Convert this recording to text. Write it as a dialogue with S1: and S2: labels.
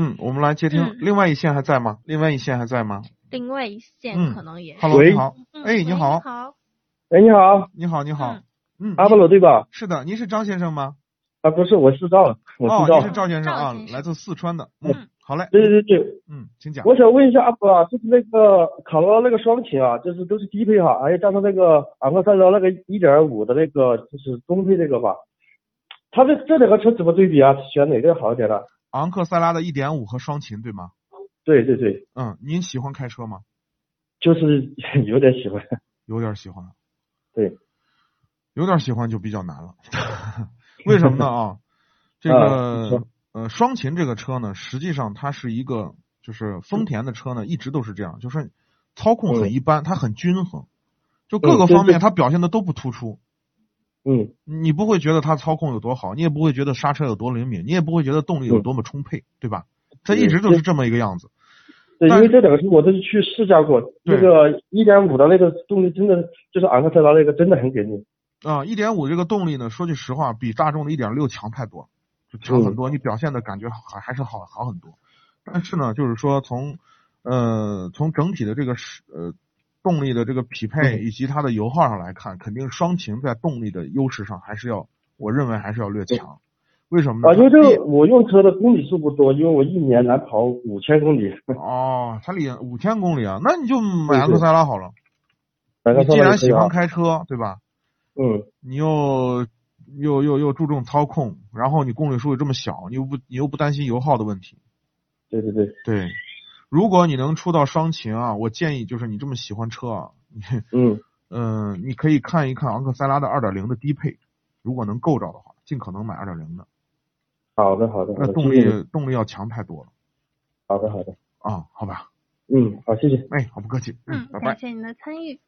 S1: 嗯，我们来接听
S2: 嗯
S1: 另外一线还在吗？另外一线还在吗
S2: 另外一
S1: 嗯
S2: 线可能也是。
S1: ？Hello，
S3: 喂
S1: 你好，
S2: 嗯
S1: 哎
S2: 喂
S1: 你
S2: 你
S1: 好
S2: 好，
S3: 喂，哎你好，
S1: 你好，你好，嗯，
S3: 阿波罗对吧？
S1: 是的，您是张先生吗？
S3: 啊，不是，我是赵，我
S1: 哦
S3: 是，赵。
S1: 您是赵先生啊
S2: 赵先，生
S1: 来自四川的，
S2: 嗯
S1: 嗯，好嘞，
S3: 对对对，
S1: 嗯，请讲，
S3: 我想问一下阿波罗，就是那个卡罗拉那个双擎啊，就是都是低配哈，还有加上那个昂克赛拉那个1.5的那个就是中配这个吧，它这这两个车怎么对比啊？选哪个好一点呢、
S1: 昂克赛拉的1.5和双擎对吗？
S3: 对对对，
S1: 嗯，您喜欢开车吗？
S3: 就是 有点喜欢。
S1: 有点喜欢，
S3: 对，
S1: 有点喜欢就比较难了， 为什么呢 啊？这
S3: 啊你
S1: 个
S3: 说
S1: 呃，双擎这个车呢，实际上它是一个，就是丰田的车呢，一直都是这样，就是操控很一般，它很均衡，就各个
S3: 嗯嗯对
S1: 方面
S3: 对
S1: 它表现的都不突出。
S3: 嗯，
S1: 你不会觉得它操控有多好，你也不会觉得刹车有多灵敏，你也不会觉得动力有
S3: 嗯
S1: 多么充沛，对吧？它
S3: 对
S1: 一直就是
S3: 对
S1: 这么一个样子。
S3: 对，因
S1: 但
S3: 为这两个车我都是去试驾过，
S1: 对
S3: 那个1.5的那个动力真的就是昂克赛拉那个真的很给力。
S1: 啊，一点五这个动力呢，说句实话，比大众的一点六强太多，就强很多。
S3: 嗯
S1: 你表现的感觉还还是好好很多，但是呢，就是说从呃从整体的这个是呃动力的这个匹配
S3: 嗯
S1: 以及它的油耗上来看，肯定双擎在动力的优势上还是要，我认为还是要略强。为什么呢？
S3: 啊，因为这
S1: 第一
S3: 个我用车的公里数不多，因为我一年难跑五千公里。
S1: 哦，它里五千公里啊，那你就买
S3: 对
S1: 昂克赛拉好了。
S3: 然后
S1: 你
S3: 上
S1: 既
S3: 面
S1: 然
S3: 也可以
S1: 喜
S3: 啊
S1: 欢，开车，对吧？
S3: 嗯，
S1: 你又又又又注重操控，然后你公里数又这么小，你又不你又不担心油耗的问题。
S3: 对对对，
S1: 对，如果你能出到双擎啊，我建议就是你这么喜欢车啊，你
S3: 嗯，
S1: 嗯、你可以看一看昂克赛拉的2.0的低配，如果能够着的话，尽可能买2.0的，
S3: 好的好的，好
S1: 那
S3: 的
S1: 动
S3: 谢谢你
S1: 力动力要强太多了
S3: 好的好的，
S1: 啊、好吧，
S3: 嗯，好，谢谢。
S1: 哎，好不客气，
S2: 嗯，
S1: 拜拜
S2: 感。谢您的参与。